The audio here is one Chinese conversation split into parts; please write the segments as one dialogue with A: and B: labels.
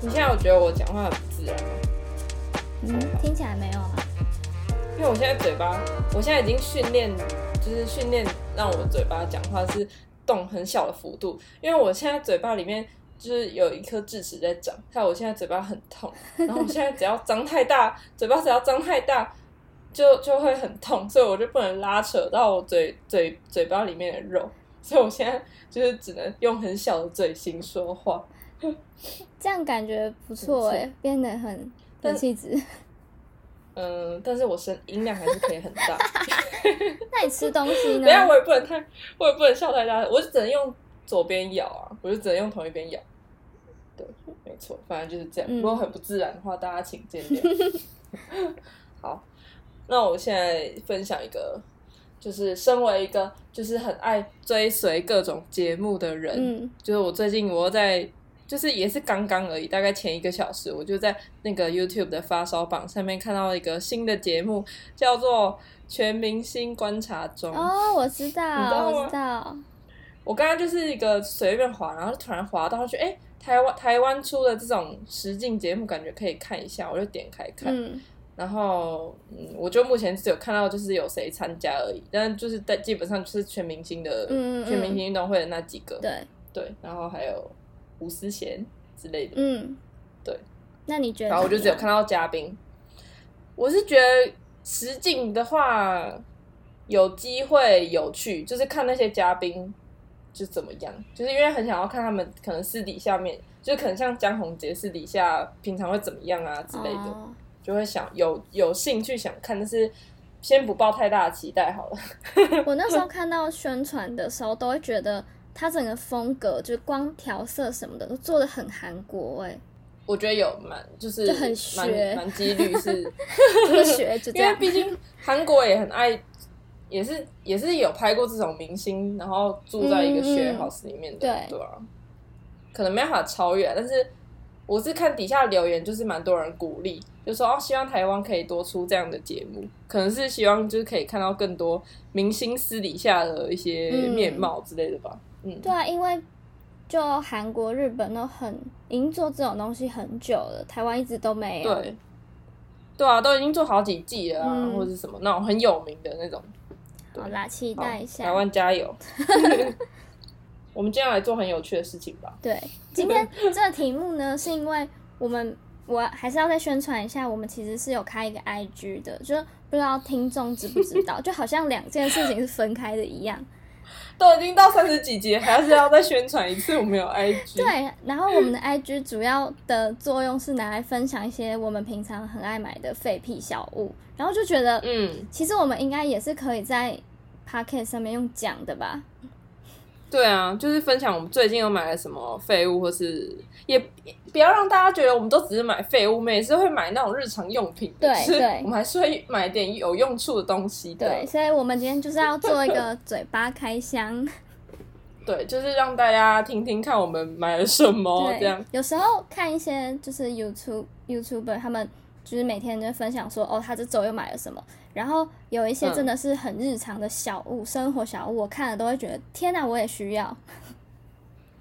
A: 你现在有觉得我讲话很不自然吗？
B: 嗯，听起来没有啊。
A: 因为我现在嘴巴，我现在已经训练，就是训练让我嘴巴讲话是动很小的幅度，因为我现在嘴巴里面就是有一颗智齿在长，还有我现在嘴巴很痛，然后我现在只要张太大，嘴巴只要张太大。就就会很痛，所以我就不能拉扯到我嘴嘴嘴巴里面的肉，所以我现在就是只能用很小的嘴型说话。
B: 这样感觉不错哎、变得很
A: 但
B: 有 气质。
A: 嗯，但是我声音量还是可以很大。
B: 那你吃东 西呢
A: 等一？下我也不能太，我也不能笑太大，我就只能用左边咬啊，我就只能用同一边咬。对，没错，反正就是这样。
B: 嗯
A: 如果很不自然的话，大家请见谅。 好，那我现在分享一个，就是身为一个就是很爱追随各种节目的人，
B: 嗯，
A: 就是我最近我在，就是也是刚刚而已，大概前一个小时，我就在那个 YouTube 的发烧榜上面看到一个新的节目，叫做《全明星观察中》。
B: 哦，我知道，
A: 你知道吗
B: 我知道。
A: 我刚刚就是一个随便滑，然后突然滑到去，哎、台湾台湾出的这种实境节目，感觉可以看一下，我就点开看。
B: 嗯，
A: 然后，嗯，我就目前只有看到就是有谁参加而已，但就是在基本上就是全明星的，
B: 嗯嗯嗯
A: 全明星运动会的那几个，
B: 对，
A: 对，然后还有吴思贤之类的，
B: 嗯，
A: 对。
B: 那你觉得？
A: 然后我就只有看。到嘉宾。我是觉得实景的话，有机会有趣，就是看那些嘉宾就怎么样，就是因为很想要看他们可能私底下面，就可能像江宏杰私底下平常会怎么样啊之类的，
B: 哦，
A: 就会想有有兴趣想看，但是先不抱太大的期待好了。
B: 我那时候看到宣传的时候，都会觉得它整个风格，就光调色什么的，都做的很韩国哎、
A: 我觉得有蛮就是
B: 就很
A: 蛮
B: 学
A: 蛮几率 是
B: 就是学就 这
A: 因为
B: 样。
A: 毕竟韩国也很爱，也是也是有拍过这种明星，然后住在一个
B: 嗯嗯
A: share house 里面的，
B: 对
A: 对啊，可能没办法超越，但是我是看底下留言，就是蛮多人鼓励，就说哦，希望台湾可以多出这样的节目，可能是希望就是可以看到更多明星私底下的一些
B: 嗯
A: 面貌之类的吧，嗯，
B: 对啊，因为就韩国、日本都很已经做这种东西很久了，台湾一直都没有。
A: 对。对啊，都已经做好几季了啊，
B: 啊嗯
A: 或者是什么那种很有名的那种，
B: 好啦，期待一
A: 好
B: 下
A: 台。湾加 油！我们今天来做很有趣的事情吧。
B: 对， 今天这个题目呢，是因为我们我还是要再宣传一下，我们其实是有开一个 IG 的，就不知道听众知 不知道，就好像两件事情是分开的一样。
A: 都已经到三十几集，还是要再宣传一次我们有 IG。
B: 对，然后我们的 IG 主要的作用是拿来分享一些我们平常很爱买的废屁小物，然后就觉得，
A: 嗯，
B: 其实我们应该也是可以在 Pocket 上面用讲的吧？
A: 对啊，就是分享我们最近有买了什么废物，或是也不要让大家觉得我们都只是买废物，我们也是会买那种日常用品的，
B: 对
A: 就是
B: 对
A: 我们还是会买点有用处的东西的。
B: 对，所以我们今天就是要做一个嘴巴开箱。
A: 对，就是让大家听听看我们买了什么，
B: 对，
A: 哦这样。
B: 有时候看一些就是 YouTube YouTuber 他们就是每天就分享说哦，他这周又买了什么，然后有一些
A: 嗯
B: 真的是很日常的小物、生活小物，我看了都会觉得天哪、我也需要。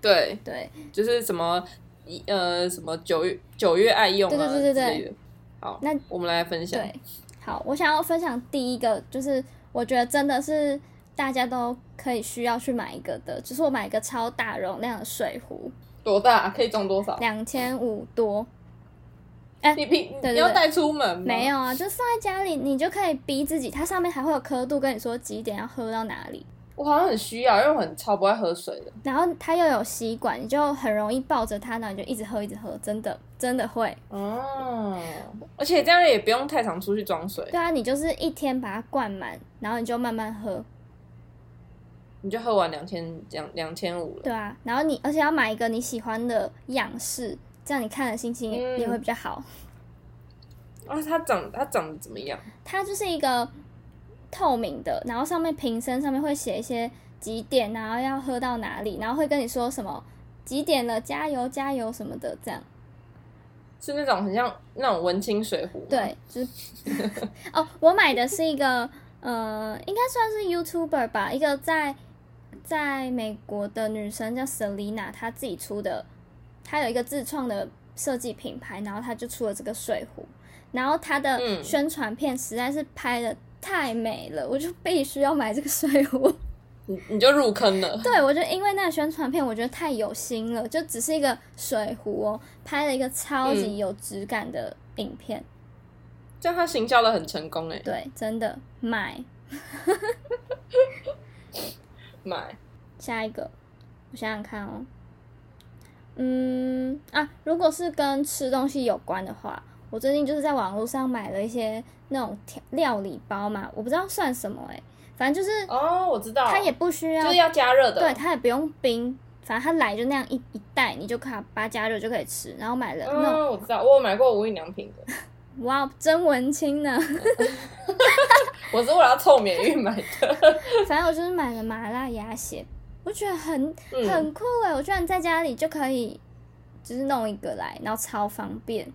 A: 对，
B: 对，
A: 就是什么一呃什么九月九月爱用啊
B: 对对对对对
A: 之类的。好，
B: 那
A: 我们来分享。
B: 对，好，我想要分享第一个，就是我觉得真的是大家都可以需要去买一个的，就是我买一个超大容量的水壶，
A: 多大可以装多少？
B: 两千五多，
A: 你平
B: 对对
A: 你要带出门吗？
B: 没有啊，就放在家里，你就可以逼自己，它上面还会有刻度跟你说几点要喝到哪里，
A: 我好像很需要，因为我很超不爱喝水的。
B: 然后它又有吸管，你就很容易抱着它，然后你就一直喝一直喝，真的真的会。
A: 哦，而且这样也不用太常出去装水，
B: 对啊，你就是一天把它灌满，然后你就慢慢喝，
A: 你就喝完两千两两千五了。
B: 对啊，然后你而且要买一个你喜欢的样式，这样你看的心情也,、
A: 嗯
B: 也会比较好。
A: 啊，它长它长得怎么样？
B: 它就是一个透明的，然后上面瓶身上面会写一些几点，然后要喝到哪里，然后会跟你说什么几点了，加油加油什么的，这样。
A: 是那种很像那种文青水壶。，
B: 对， 就是哦，我买的是一个呃，应该算是 YouTuber 吧，一个在在美国的女生叫 Selina，她自己出的，她有一个自创的设计品牌，然后他就出了这个水壶，然后他的
A: 嗯
B: 宣传片实在是拍的太美了，我就必须要买这个水壶。
A: 你你就入坑了。
B: 对，我就因为那个宣传片，我觉得太有心了，就只是一个水壶哦，拍了一个超级
A: 嗯
B: 有质感的影片。
A: 这样他行销的很成功哎，
B: 对，真的买
A: 买
B: 下一个，我想想看哦。嗯啊，如果是跟吃东西有关的话，我最近就是在网络上买了一些那种调料理包嘛，我不知道算什么哎、反正就是
A: 哦，我知道，
B: 它也不需要
A: 就是要加热的，
B: 对，它也不用冰，反正它来就那样一一袋，你就可以把它加热就可以吃。然后买了那种，
A: 嗯，我知道，我有买过无印良品的，
B: 哇，真文青呢。
A: 我是为了要凑免运买 的。
B: 反正我就是买了麻辣鸭血，我觉得很
A: 嗯
B: 很酷哎、我居然在家里就可以，就是弄一个来，然后超方便，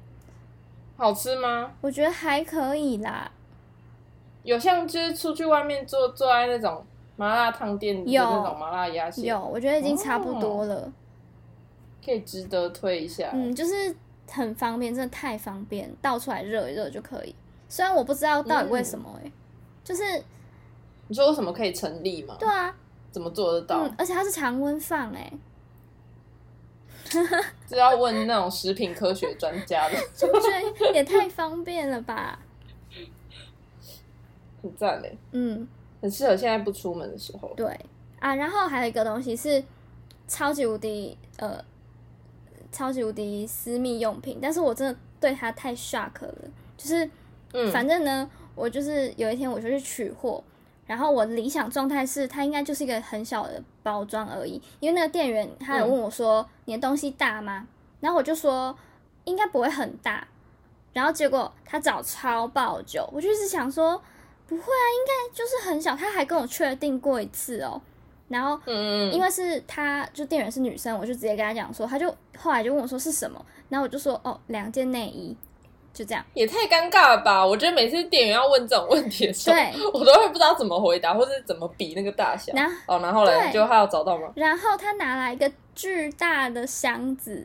A: 好吃吗？
B: 我觉得还可以啦。
A: 有像就是出去外面坐坐在那种麻辣烫店的
B: 有
A: 那种麻辣鸭血，
B: 有，我觉得已经差不多了，
A: 可以值得推一下。
B: 嗯，就是很方便，真的太方便，倒出来热一热就可以。虽然我不知道到底为什么哎、就是
A: 你说为什么可以成立吗？
B: 对啊，
A: 怎么做得到？
B: 嗯，而且它是常温放哎、
A: 这要问那种食品科学专家的，
B: 就我觉得也太方便了吧，
A: 很赞嘞，
B: 嗯。
A: 很适合现在不出门的时候。
B: 对啊，然后还有一个东西是超级无敌呃，超级无敌私密用品，但是我真的对它太 shock 了，就是
A: 嗯，
B: 反正呢，我就是有一天我就去取货，然后我理想状态是它应该就是一个很小的包装而已，因为那个店员他有问我说、你的东西大吗？然后我就说应该不会很大，然后结果他找超爆久，我就是想说不会啊，应该就是很小，他还跟我确定过一次哦，然后
A: 嗯，嗯
B: 因为是她，就店员是女生，我就直接跟她讲说，她就后来就问我说是什么，然后我就说哦，两件内衣，就这样。
A: 也太尴尬了吧！我觉得每次店员要问这种问题的时候，
B: 对，
A: 我都会不知道怎么回答，或是怎么比那个大小。
B: 然
A: 哦，然后嘞，
B: 对
A: 就他有找到吗？
B: 然后她拿来一个巨大的箱子，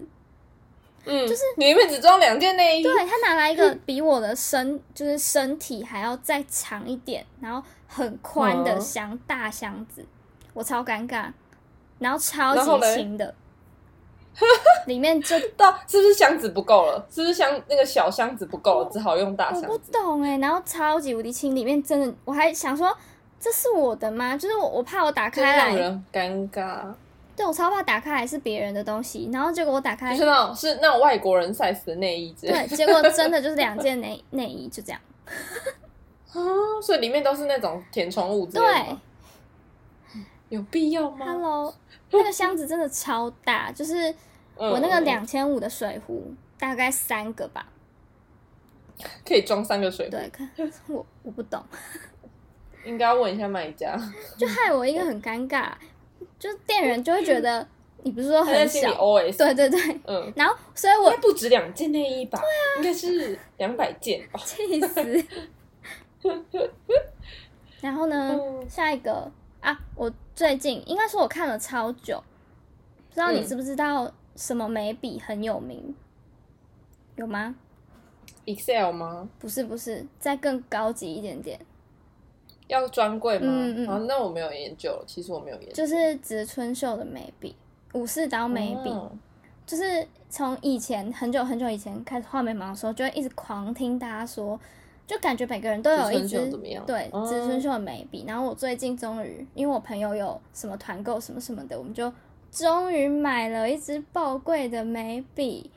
A: 嗯，就是里面只装两件内衣。
B: 对她拿来一个
A: 嗯
B: 比我的身就是身体还要再长一点，然后很宽的
A: 嗯
B: 箱大箱子，我超尴尬，然后超
A: 然后
B: 级
A: 嘞
B: 轻的，里面就
A: 到是不是箱子不够了？是不是箱那个小箱子不够了，只好用大
B: 我
A: 箱
B: 不
A: 子？
B: 懂哎、然后超级无敌轻，里面真的我还想说这是我的吗？就是我我怕我打
A: 真的让
B: 开来，
A: 人尴尬，
B: 对我超怕打开来是别人的东西，然后结果我打
A: 就
B: 开
A: 是，那种是那种外国人 size 的内衣之类的
B: 对，结果真的就是两件内内衣就 这样，
A: 哦所以里面都是那种填充物之类的
B: 对
A: 吗。有必要吗？
B: ，Hello，那个箱子真的超大，就是
A: 嗯
B: 我那个
A: 嗯嗯
B: 两千五的水壶大概三个吧，
A: 嗯可以装三个水壶，
B: 对，看我我不懂，
A: 应该要问一下卖家，
B: 就害我一个很尴尬，就是店员就会觉得你不是说
A: 他在
B: 很
A: 心里
B: 小，
A: OS，
B: 对对对，
A: 嗯，
B: 然后所以
A: 应
B: 我
A: 该不止两件内衣吧？
B: 啊
A: 应该是两百件吧。
B: 气死。 然后呢，
A: 嗯
B: 下一个啊，我最近应该说我看了超久，不知道你
A: 嗯
B: 知不知道什么眉笔很有名？有吗？
A: Excel 吗？
B: 不是不是，再更高级一点点，
A: 要专柜吗？
B: 嗯嗯
A: 啊，那我没有研究，其实我没有研究。
B: 就是植村秀的眉笔，武士刀眉笔，
A: 哦
B: 就是从以前很久很久以前开始画眉毛的时候，就会一直狂听大家说，就感觉每个人都有一
A: 植
B: 支
A: 村秀怎么样
B: 对
A: 哦
B: 植村秀的眉笔。然后我最近终于，因为我朋友有什么团购什么什么的，我们就终于买了一支爆贵的眉笔，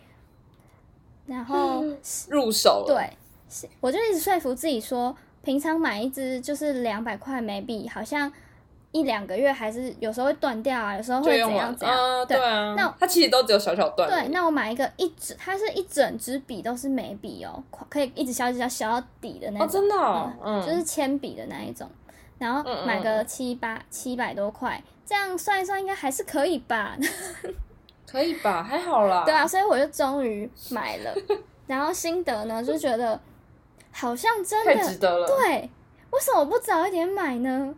B: 然后
A: 入手了，
B: 对，是我就一直说服自己说，平常买一支就是两百块眉笔，好像一两个月还是有时候会断掉啊，有时候
A: 就
B: 会
A: 用
B: 怎
A: 完
B: 样怎样，
A: 啊，对啊，
B: 那
A: 它其实都只有小小段，
B: 对，，那我买一个一整，它是一整支笔都是眉笔哦，狂可以一直削一直削削到底的
A: 哦，
B: 那种，
A: 真的哦，嗯，
B: 就是铅笔的那一种。然后
A: 嗯嗯
B: 买
A: 嗯
B: 个
A: 嗯
B: 七八七百多块，这样算一算应该还是可以吧？
A: 可以吧，还好啦，
B: 对啊，，所以我就终于买 了。然后心得呢，就觉得好像真
A: 太值
B: 的
A: 得了，，
B: 对，为什么不早一点买呢？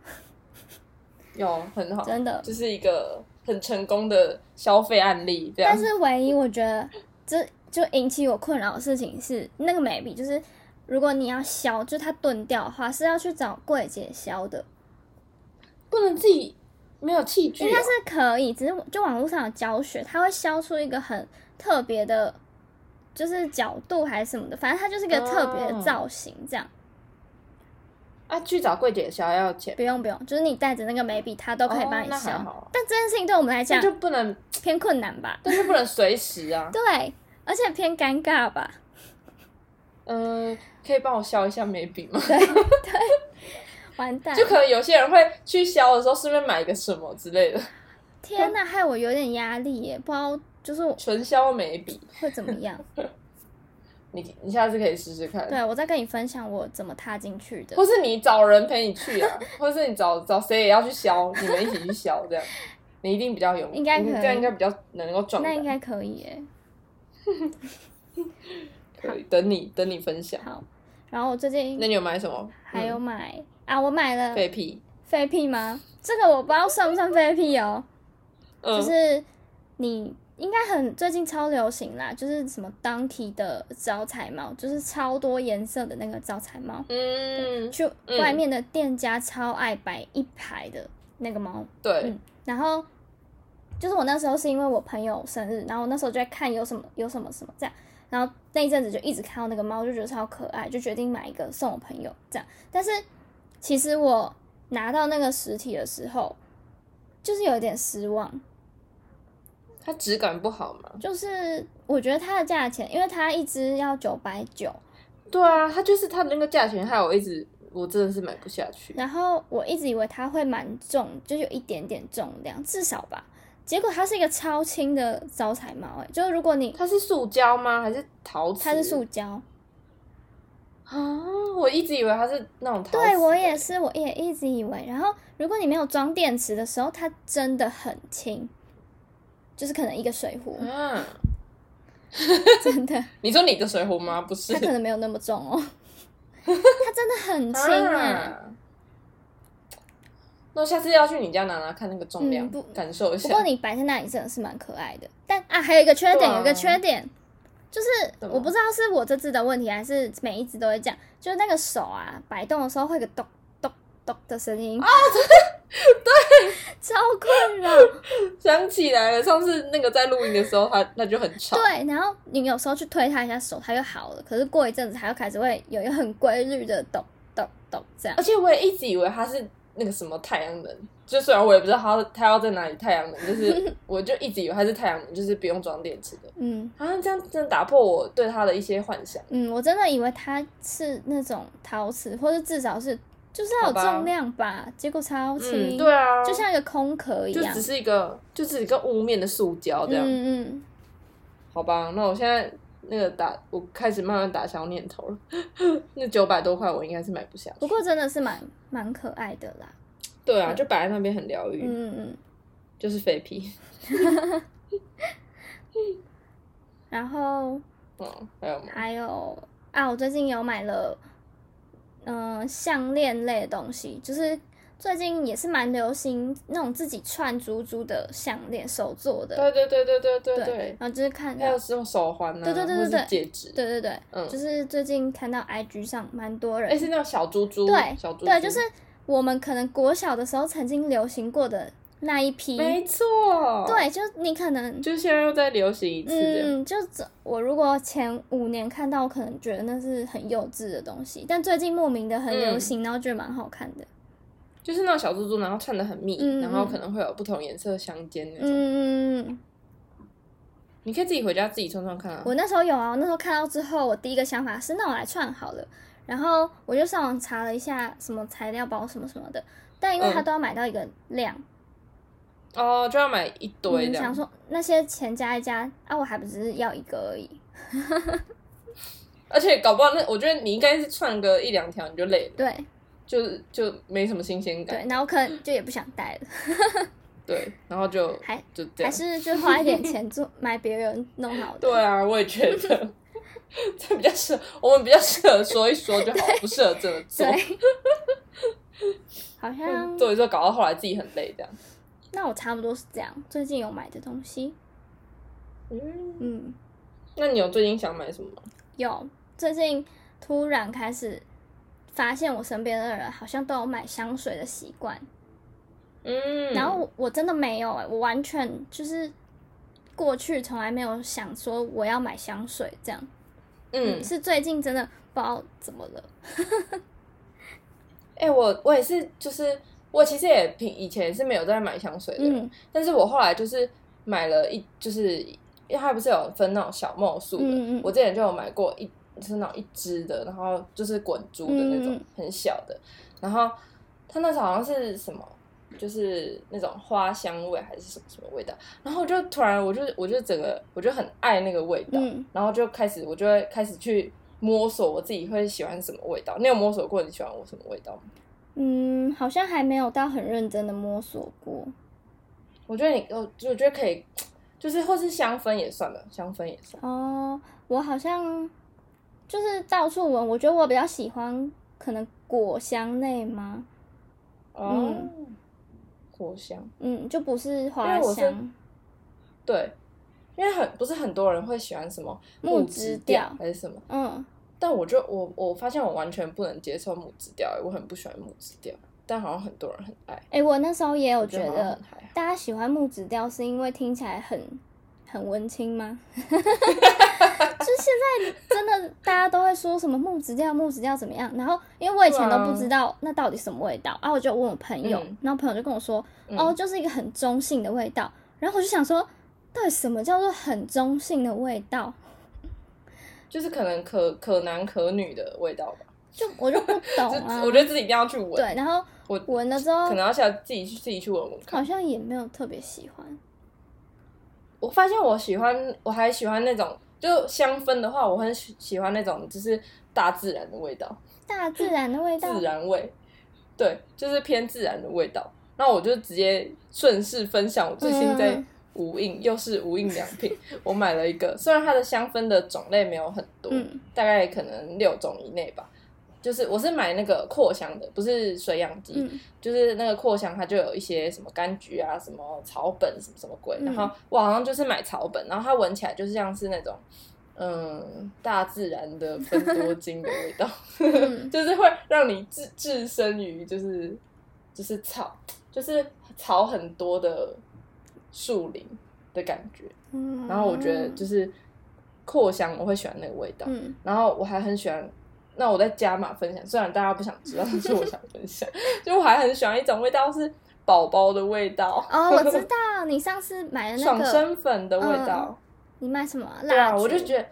A: 有很好，
B: 真的，
A: 就是一个很成功的消费案例，这样
B: 但，是唯一我觉得这就引起我困扰的事情是那个眉笔，就是如果你要削，就是它钝掉的话，是要去找柜姐削的。
A: 不能自己没有器具、哦
B: 因为它，是可以，只是就网络上有教学，它会削出一个很特别的，就是角度还是什么的，反正它就是一个特别的
A: 哦
B: 造型，这样、
A: 啊，去找柜姐削要钱，
B: 不用不用，就是你带着那个眉笔，它都可以帮
A: 哦
B: 你
A: 那
B: 削。
A: 还好，
B: 但这件事情对我们来
A: 那
B: 讲
A: 就不 能，
B: 偏困难吧？
A: 但是不能随时啊。
B: 对，而且偏尴尬吧？
A: 嗯，可以帮我削一下眉笔吗？
B: 完 蛋，
A: 就可能有些人会去削的时候顺便买一个什么之类的，
B: 天呐，害我有点压力耶，不知道就是我
A: 纯削眉笔。
B: 会怎么 样。
A: 你你下次可以试试看，
B: 对，我再跟你分享我怎么踏进去的
A: 或。是你找人陪你去啊，或是你找找谁也要去削，你们一起去削这样，你一定比较有，
B: 应该可以
A: 你这样应该比较能够壮
B: 那应
A: 胆。
B: 该可以耶。
A: 可以，等你等你分享。
B: 好，然后我最近
A: 那你有买什么？
B: 还有
A: 嗯
B: 买、啊，我买了
A: 废屁，
B: 飞屁吗？这个我不知道算不算飞屁哦，
A: 嗯，
B: 就是你应该很最近超流行啦，就是什么 Donkey 的招财猫，就是超多颜色的那个招财猫，
A: 嗯，
B: 去
A: 嗯
B: 外面的店家超爱摆一排的那个猫，
A: 对
B: 嗯，然后就是我那时候是因为我朋友生日，然后我那时候就在看有什么有什么什么这样，然后那一阵子就一直看到那个猫，就觉得超可爱，就决定买一个送我朋友这样。但是其实我拿到那个实体的时候，就是有点失望，
A: 它质感不好嘛。
B: 就是我觉得它的价钱，因为它一只要九百九，
A: 对啊，它就是它的那个价钱，害我一直我真的是买不下去。
B: 然后我一直以为它会蛮重，就是有一点点重量，至少吧。结果它是一个超轻的招财猫，哎，就是如果你
A: 它是塑胶吗？还是陶瓷？
B: 它是塑胶，
A: 啊，我一直以为它是那种陶瓷。
B: 对我也是，我也一直以为。然后如果你没有装电池的时候，它真的很轻，就是可能一个水壶，
A: 啊，
B: 真的，
A: 你说你的水壶吗？不是，
B: 它可能没有那么重 哦，它真的很轻哎、
A: 啊。那我下次要去你家拿拿看那个重量，
B: 嗯不
A: 感受一
B: 不
A: 下。
B: 过你摆在那里真的是蛮可爱的，但啊，还有一个缺
A: 对
B: 点，
A: 啊
B: 有一个缺点就是
A: 什么
B: 我不知道是我这只的问题，还是每一只都会这样，就是那个手啊摆动的时候会有个咚咚咚的声音啊，
A: 哦
B: 对，超困扰。
A: 想起来了，上次那个在录音的时候，它那就很吵。
B: 对，然后你有时候去推它一下手，它就好了，可是过一阵子它又开始会有一个很规律的咚咚咚这样
A: 而。且我也一直以为它是那个什么太阳能，就虽然我也不知道它它要在哪里太阳能，就是 我就一直以为它是太阳能，就是不用装电池的。
B: 嗯
A: 啊，这样真的打破我对它的一些幻想。
B: 嗯，我真的以为它是那种陶瓷，或者至少是就是要
A: 好
B: 有
A: 吧
B: 重量吧，结果超轻、
A: 嗯，对啊，
B: 就像一个空壳一
A: 就
B: 样
A: 只。是一个就只是一个雾面的塑胶这样。
B: 嗯嗯，
A: 好吧，那我现在那个打，我开始慢慢打消念头了。 那九百多块，我应该是买不下
B: 不
A: 去。
B: 过真的是蛮蛮可爱的啦。
A: 对啊，就摆在那边很疗愈，
B: 嗯嗯嗯。
A: 就是废皮。
B: 然后
A: 嗯，还有吗？
B: 还有啊，我最近有买了，嗯、项链类的东西，就是最近也是蛮流行那种自己串珠珠的项链，手做的。
A: 对对对对对对
B: 对
A: 对，
B: 然后就是看
A: 还
B: 到
A: 有，这种手环啊，
B: 对对对
A: 或
B: 对
A: 是
B: 对
A: 戒指，
B: 对对对，
A: 嗯
B: 就是最近看到 IG 上蛮多人
A: 哎，是那种小珠珠，
B: 对
A: 小珠珠，
B: 对，就是我们可能国小的时候曾经流行过的那一批，
A: 没错，，
B: 对，就是你可能
A: 就现在又再流行一次这样。
B: 嗯，就这我如果前五年看到，我可能觉得那是很幼稚的东西，但最近莫名的很
A: 嗯
B: 流行，然后觉得蛮好看的。
A: 就是那种小珠珠，然后串的很密，
B: 嗯嗯
A: 然后可能会有不同颜色相间那种。
B: 嗯，嗯嗯
A: 你可以自己回家自己串串看啊。
B: 我那时候有啊，我那时候看到之后，我第一个想法是，那我来串好了。然后我就上网查了一下什么材料包什么什么的，但因为它
A: 嗯
B: 都要买到一个量，
A: 哦，就要买一堆
B: 嗯
A: 这
B: 想
A: 样。
B: 说那些钱加一加啊，我还不只是要一个而已。
A: 而且搞不好那，我觉得你应该是串个一两条你就累了，
B: 对
A: 就是就没什么新鲜
B: 对
A: 感，，
B: 然后可能就也不想戴了，
A: 对，然后就
B: 还
A: 就这
B: 还
A: 样。
B: 是就花一点钱做买别人弄好 的。
A: 对啊，我也觉得 这比较适合，我们比较适合说一说就好，不适合真的做。
B: 对，好像
A: 做一做，搞到后来自己很累这样。
B: 那我差不多是这样。最近有买的东西，
A: 嗯，
B: 嗯，
A: 那你有最近想买什么吗？
B: 有最近突然开始发现，我身边的人好像都有买香水的习惯，
A: 嗯，
B: 然后我我真的没有哎、我完全就是过去从来没有想说我要买香水这样，
A: 嗯，
B: 是最近真的不知道怎么了，
A: 哎、我我也是，就是我其实也平以前是没有在买香水的人，
B: 嗯
A: 但是我后来就是买了一，就是因为它不是有分那种小帽数的，
B: 嗯嗯
A: 我之前就有买过一，就是那种一支的，然后就是滚珠的那种、
B: 嗯嗯
A: 很小的，然后它那时候好像是什么。就是那种花香味还是什么什么味道，然后我就突然我就我就整个我就很爱那个味道，
B: 嗯，
A: 然后就开始我就会开始去摸索我自己会喜欢什么味道。你有摸索过你喜欢我什么味道吗？
B: 嗯，好像还没有到很认真的摸索过。
A: 我觉得你，我就我觉得可以，就是或是香氛也算了，香氛也算。
B: 哦，我好像就是到处闻，我觉得我比较喜欢可能果香类吗？
A: 哦，果香，
B: 嗯，就不是
A: 因
B: 花
A: 为我是
B: 香，
A: 对，因为很不是很多人会喜欢什么
B: 木
A: 质
B: 质调
A: 还是什么，
B: 嗯，
A: 但我就我我发现我完全不能接受木质调、欸我很不喜欢木质调，但好像很多人很爱，
B: 诶，我那时候也有
A: 我
B: 觉
A: 好像
B: 得
A: 很，还好。
B: 大家喜欢木质调是因为听起来很很文 青吗？ 就现在真的大家都会说什么木质调木质调怎么样，然后因为我以前都
A: 对啊
B: 不知道那到底什么味道，啊，我就问我朋友，
A: 嗯
B: 然后朋友就跟我说，
A: 嗯
B: 哦，就是一个很中性的味道，然后我就想说，到底什么叫做很中性的味道？
A: 就是可能可可男可女的味道吧，
B: 就我就不 懂
A: 就
B: 啊。
A: 我觉得自己一定要去闻，
B: 对，然后
A: 我
B: 闻了之后
A: 可，能要想自己去自己去闻闻看。
B: 好像也没有特别喜欢。
A: 我发现我喜欢，我还喜欢那种就香氛的话，我很喜喜欢那种就是大自然的味道，
B: 大自然的味道，
A: 自然味，对，就是偏自然的味道。那我就直接顺势分享，我最近在
B: 嗯
A: 无印，又是无印良品， 我买了一个，虽然它的香氛的种类没有很多，
B: 嗯
A: 大概可能六种以内吧。就是我是买那个扩香的，不是水养机，
B: 嗯
A: 就是那个扩香，它就有一些什么柑橘啊、什么草本、什么什么鬼。
B: 嗯
A: 然后我好像就是买草本，然后它闻起来就是像是那种，嗯，大自然的芬多精的味道，
B: 嗯
A: 就是会让你置置身于就是就是草，就是草很多的树林的感觉。
B: 嗯
A: 然后我觉得就是扩香，我会喜欢那个味道。
B: 嗯，
A: 然后我还很喜欢，那我再加码分享，虽然大家不想知道， 但是我想分享，就我还很喜欢一种味道是宝宝的味道，
B: 哦，我知道，你上次买的那
A: 爽
B: 个，
A: 身粉的味道，
B: 你买什么啊
A: 对
B: 蜡
A: 啊，
B: 烛？
A: 我就觉得，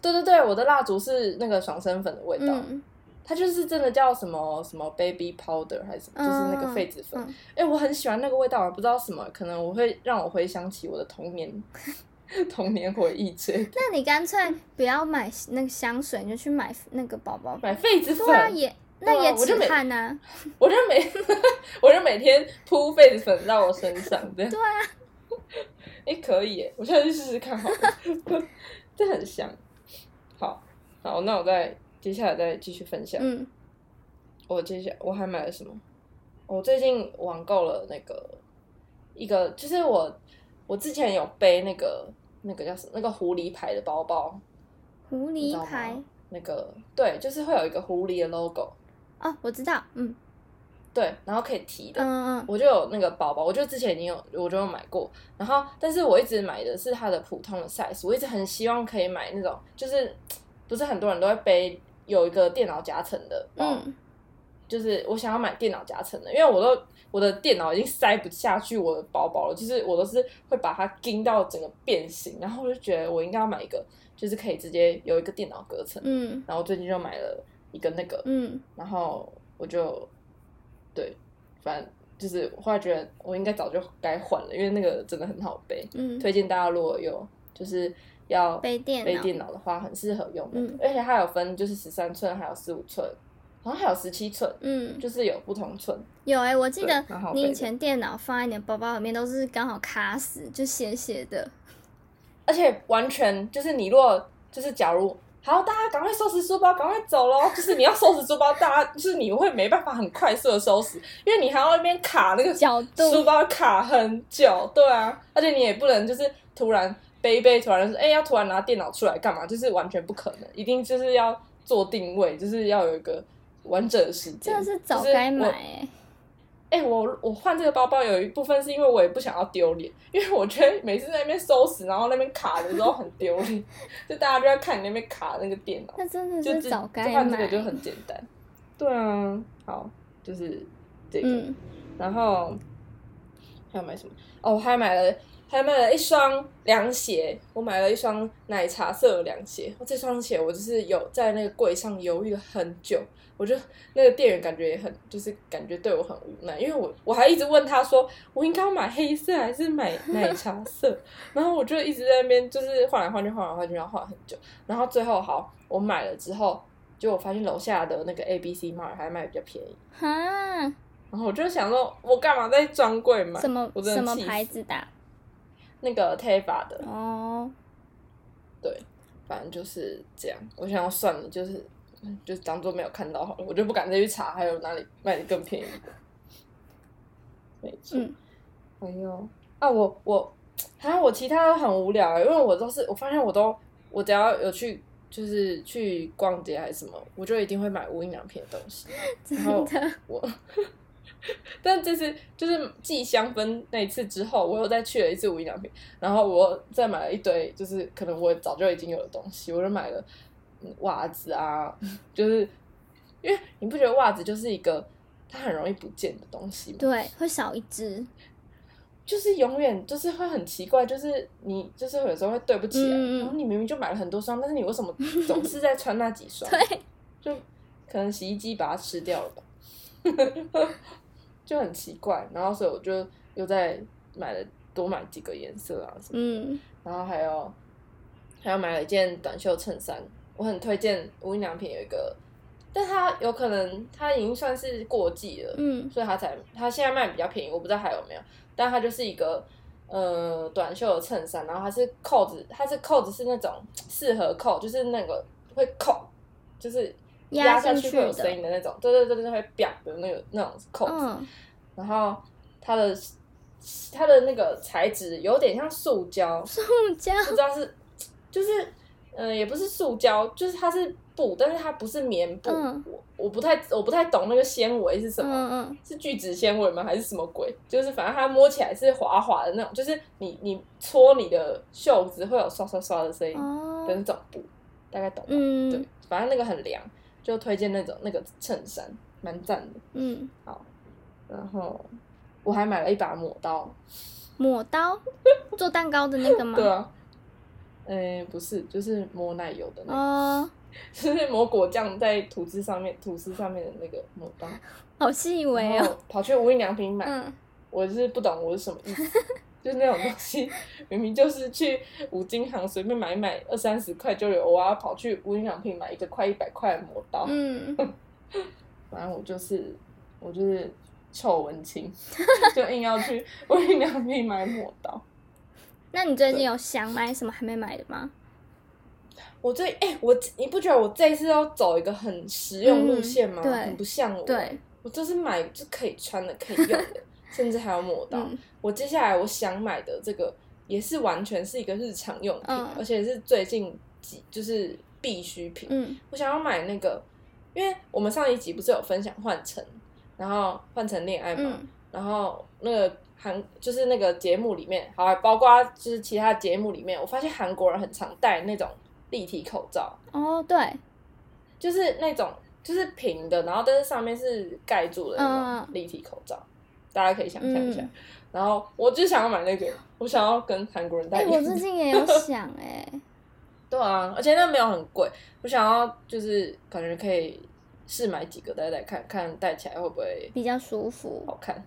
A: 对对对，我的蜡烛是那个爽身粉的味道，
B: 嗯，
A: 它就是真的叫什么什么 baby powder 还是什么，就是那个痱子粉，
B: 嗯
A: 哎、我很喜欢那个味道，我不知道什么，可能我会让我回想起我的童年。 童年回忆之类的，
B: 那你干脆不要买那个香水，你就去买那个宝宝。
A: 买痱子粉，
B: 对啊，也那
A: 对啊
B: 也
A: 我就
B: 止
A: 每
B: 汗呐。
A: 我就每 我就每天铺痱子粉到我身上，这样。对 啊，哎、可以耶，我现在去试试看好了， 这很香。好，好，那我再接下来再继续分享。
B: 嗯，
A: 我接下来我还买了什么？我最近网购了那个一个，就是我我之前有背那个那个叫什么那个狐狸牌的包包，
B: 狐
A: 你知
B: 狸
A: 道吗
B: 牌。
A: 那个对，就是会有一个狐狸的 logo，
B: 哦，我知道，嗯
A: 对，然后可以提的，
B: 嗯嗯
A: 我就有那个包包，我就之前已经有，我就有买过。然后，但是我一直买的是它的普通的 size，我一直很希望可以买那种，就是不是很多人都会背有一个电脑夹层的包，
B: 嗯，
A: 就是我想要买电脑夹层的，因为我都我的电脑已经塞不下去我的包包了，就是我都是会把它钉到整个变形，然后我就觉得我应该要买一个，就是可以直接有一个电脑隔层。
B: 嗯
A: 然后我最近就买了一个那个，
B: 嗯
A: 然后我就对，反正就是我后来觉得我应该早就该换了，因为那个真的很好背。
B: 嗯，
A: 推荐大家如果有就是要
B: 背电
A: 背
B: 脑
A: 电脑的话，很适合用那个，
B: 嗯
A: 而且它有分就是十三寸，还有十五寸，然后还有十七寸，
B: 嗯，
A: 就是有不同寸。
B: 有哎，我记
A: 对
B: 得
A: 蛮好
B: 你
A: 背
B: 以
A: 的
B: 前电脑放在你的包包里面都是刚好卡死，就斜斜的。
A: 而且完全就是你如果就是假如好，大家赶快收拾书包，赶快走喽！就是你要收拾书包，大家就是你会没办法很快速的收拾，因为你还要那边卡那个
B: 角度
A: 书包卡很久，对啊，而且你也不能就是突然背一背，突然说哎、要突然拿电脑出来干嘛，就是完全不可能，一定就是要做定位，就是要有一个完整的时间。
B: 真的是早
A: 就是
B: 该
A: 我
B: 买、欸，
A: 哎、我我换这个包包有一部分是因为我也不想要丢脸，因为我觉得每次在那边收拾，然后那边卡的时候很丢脸，就大家就在看你那边卡那个电脑，
B: 那真的
A: 就是只
B: 早
A: 就
B: 该
A: 换这
B: 买嗯
A: 个。就很简单。对啊，好，就是这个，
B: 嗯，
A: 然后还有买什么？哦，我还买了。还买了一双凉鞋，我买了一双奶茶色的凉鞋。哦这双鞋我就是有在那个柜上犹豫了很久，我就那个店员感觉也很，就是感觉对我很无奈，因为我我还一直问他说，我应该要买黑色还是买奶茶色， 然后我就一直在那边就是换来换去，换来换去，然后换了很久，然后最后好，我买了之后，就我发现楼下的那个 A B C Mart 还卖比较便宜，
B: 哈，
A: 然后我就想说，我干嘛在专柜买
B: 什么
A: 我真的
B: 什么
A: 气死
B: 牌子的啊？
A: 那个 Teva 的？
B: 哦，
A: 反正就是这样，我想要算了，就是嗯就当做没有看到好了，我就不敢再去查还有哪里卖的更便宜的。没错，
B: 嗯
A: 哎呦，啊我我，还有我其他都很无聊、因为我都是我发现我都我只要有去就是去逛街还是什么，我就一定会买无印良品的东西。
B: 真
A: 然后
B: 的，
A: 我， 但这次就是寄香氛那一次之后，我又再去了一次无印良品，然后我又再买了一堆，就是可能我早就已经有的东西，我就买了嗯袜子啊，就是因为你不觉得袜子就是一个它很容易不见的东西吗？
B: 对，会少一只。
A: 就是永远就是会很奇怪，就是你就是有时候会对不起来，啊
B: 嗯嗯
A: 然后你明明就买了很多双，但是你为什么总是在穿那几双？
B: 对，
A: 就可能洗衣机把它吃掉了吧， 就很奇怪。然后所以我就又在买了多买几个颜色啊什么，
B: 嗯，
A: 然后还有还有买了一件短袖衬衫，我很推荐无印良品有一个，但它有可能它已经算是过季了，
B: 嗯，
A: 所以它才它现在卖比较便宜，我不知道还有没有，但它就是一个呃短袖的衬衫，然后它是扣子，它是扣子是那种四合扣，就是那个会扣，就是
B: 压
A: 压下
B: 进
A: 去
B: 去
A: 会有
B: 的
A: 声音的那种，对对对对，会表的那个那种扣子，
B: 嗯，
A: 然后它的它的那个材质有点像塑胶，
B: 塑胶，
A: 不知道是就是嗯、呃也不是塑胶，就是它是布，但是它不是棉布，
B: 嗯
A: 我我不太我不太懂那个纤维是什么。
B: 嗯嗯，
A: 是聚酯纤维吗？还是什么鬼？就是反正它摸起来是滑滑的那种，就是你你搓你的袖子会有刷刷刷的声音
B: 哦
A: 的，那种布，大概懂吧？对
B: 嗯，
A: 反正那个很凉，就推荐那种那个衬衫，蛮赞的。
B: 嗯，
A: 然后我还买了一把抹刀，
B: 抹刀做蛋糕的那个 吗？
A: 对啊，嗯、不是，就是抹奶油的那个，
B: 哦，
A: 就是抹果酱在吐司上面吐司上面的那个抹 刀。
B: 好细微
A: 然
B: 哦。
A: 后跑去无印良品买，
B: 嗯，
A: 我是不懂我是什么意思，就是那种东西，明明就是去五金行随便买一买二三十块就有，我要跑去无印良品买一个快一百块的磨刀，
B: 嗯，
A: 反正我就是我就是臭文青， 就硬要去无印良品买磨刀。
B: 那你最近有想买什么还没买的吗？
A: 我最哎、我你不觉得我这一次要走一个很实用路线吗？
B: 嗯对
A: 很不像我，
B: 对，
A: 我就是买就可以穿的、可以用的，甚至还有磨刀。
B: 嗯
A: 我接下来我想买的这个也是完全是一个日常用品，
B: 嗯
A: 而且是最近几就是必需品。
B: 嗯
A: 我想要买那个，因为我们上一集不是有分享换乘，然后换乘恋爱嘛，
B: 嗯
A: 然后那个韩就是那个节目里面，好，包括就是其他节目里面，我发现韩国人很常戴那种立体口罩，
B: 哦，对，
A: 就是那种就是平的，然后但是上面是盖住的那种立体口罩，大家可以想象一下。
B: 嗯
A: 然后我就想要买那个，我想要跟韩国人
B: 哎、
A: 戴一样
B: 我
A: 的。
B: 最近也 有想哎、
A: 对啊，而且那没有很贵，我想要就是感觉可以试买几个戴戴看看戴起来会不会
B: 比较舒服
A: 好看，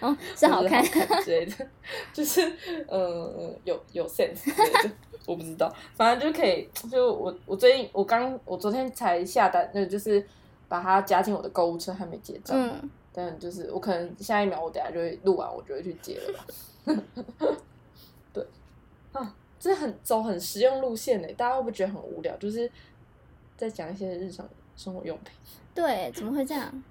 B: 哦，是好看
A: 或，者好看之类的， 就是嗯有有 sense 之类的，我不知道，反正就可以，就我我最近我刚我昨天才下单，那就是把它加进我的购物车，还没结账，
B: 嗯，
A: 但就是我可能下一秒我等下就会录完，我就会去接了吧。 对，啊，这很走很实用路线呢，大家会不会觉得很无聊？就是在讲一些日常生活用品，
B: 对，怎么会这样？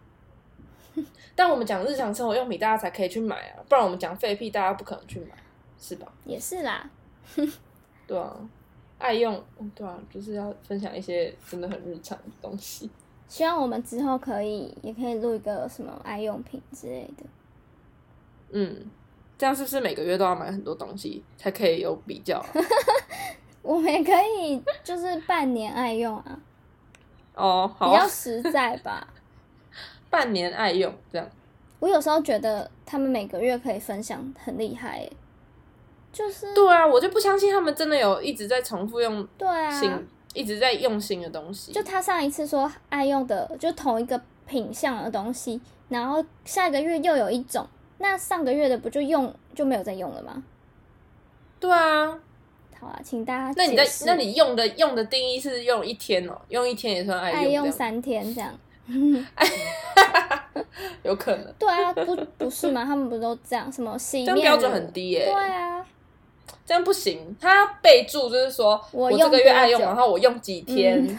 A: 但我们讲日常生活用品，大家才可以去买啊，不然我们讲废屁，大家不可能去买，是吧？
B: 也是啦，
A: 对啊，爱用，嗯对啊，就是要分享一些真的很日常的东西。
B: 希望我们之后可以也可以录一个什么爱用品之类的。
A: 嗯，这样是不是每个月都要买很多东西才可以有比较啊、
B: 我们也可以就是半年爱用啊，
A: 哦， 好
B: 比较
A: 啊，
B: 实在吧。
A: 半年爱用这样。
B: 我有时候觉得他们每个月可以分享很厉害欸，就是
A: 对啊，我就不相信他们真的有一直在重复用
B: 对啊，
A: 新，一直在用新的东西。
B: 就他上一次说爱用的就同一个品相的东西，然后下个月又有一种，那上个月的不就用就没有再用了吗？
A: 对啊，
B: 好啊，请大家
A: 那你在
B: 解释
A: 那你用的用的定义是用一天哦，用一天也算爱
B: 爱
A: 用，
B: 用
A: 这样
B: 三天这样，
A: 有可能。
B: 对啊，不不是吗？他们不都这样？什么洗
A: 这
B: 面
A: 样
B: 乳
A: 标准很低耶、
B: 对啊，
A: 这样不行。他备注就是说
B: 我
A: 这个
B: 用
A: 月爱用，
B: 多久
A: 然
B: 嗯
A: 后我用几天，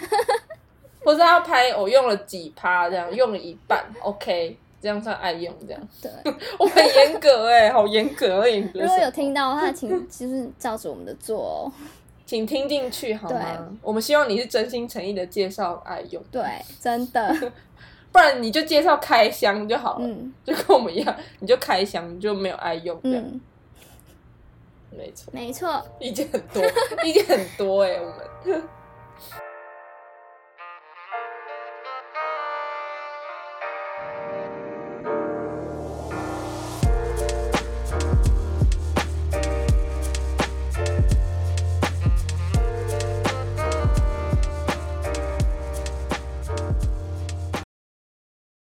A: 或者他拍我用了几趴，这样用了一半，OK，这样算爱用。这样
B: 对。
A: 我很严格哎、好严格哎、
B: 如果有听到的话，请就是照着我们的做哦。
A: 请听进去好
B: 对
A: 吗？我们希望你是真心诚意的介绍爱用，
B: 对，真的，
A: 不然你就介绍开箱就 好了，
B: 嗯
A: 就跟我们一样，你就开箱你就没有爱用这样，
B: 嗯，
A: 没错，
B: 没错。
A: 欸意见很多，意见很多哎、我们。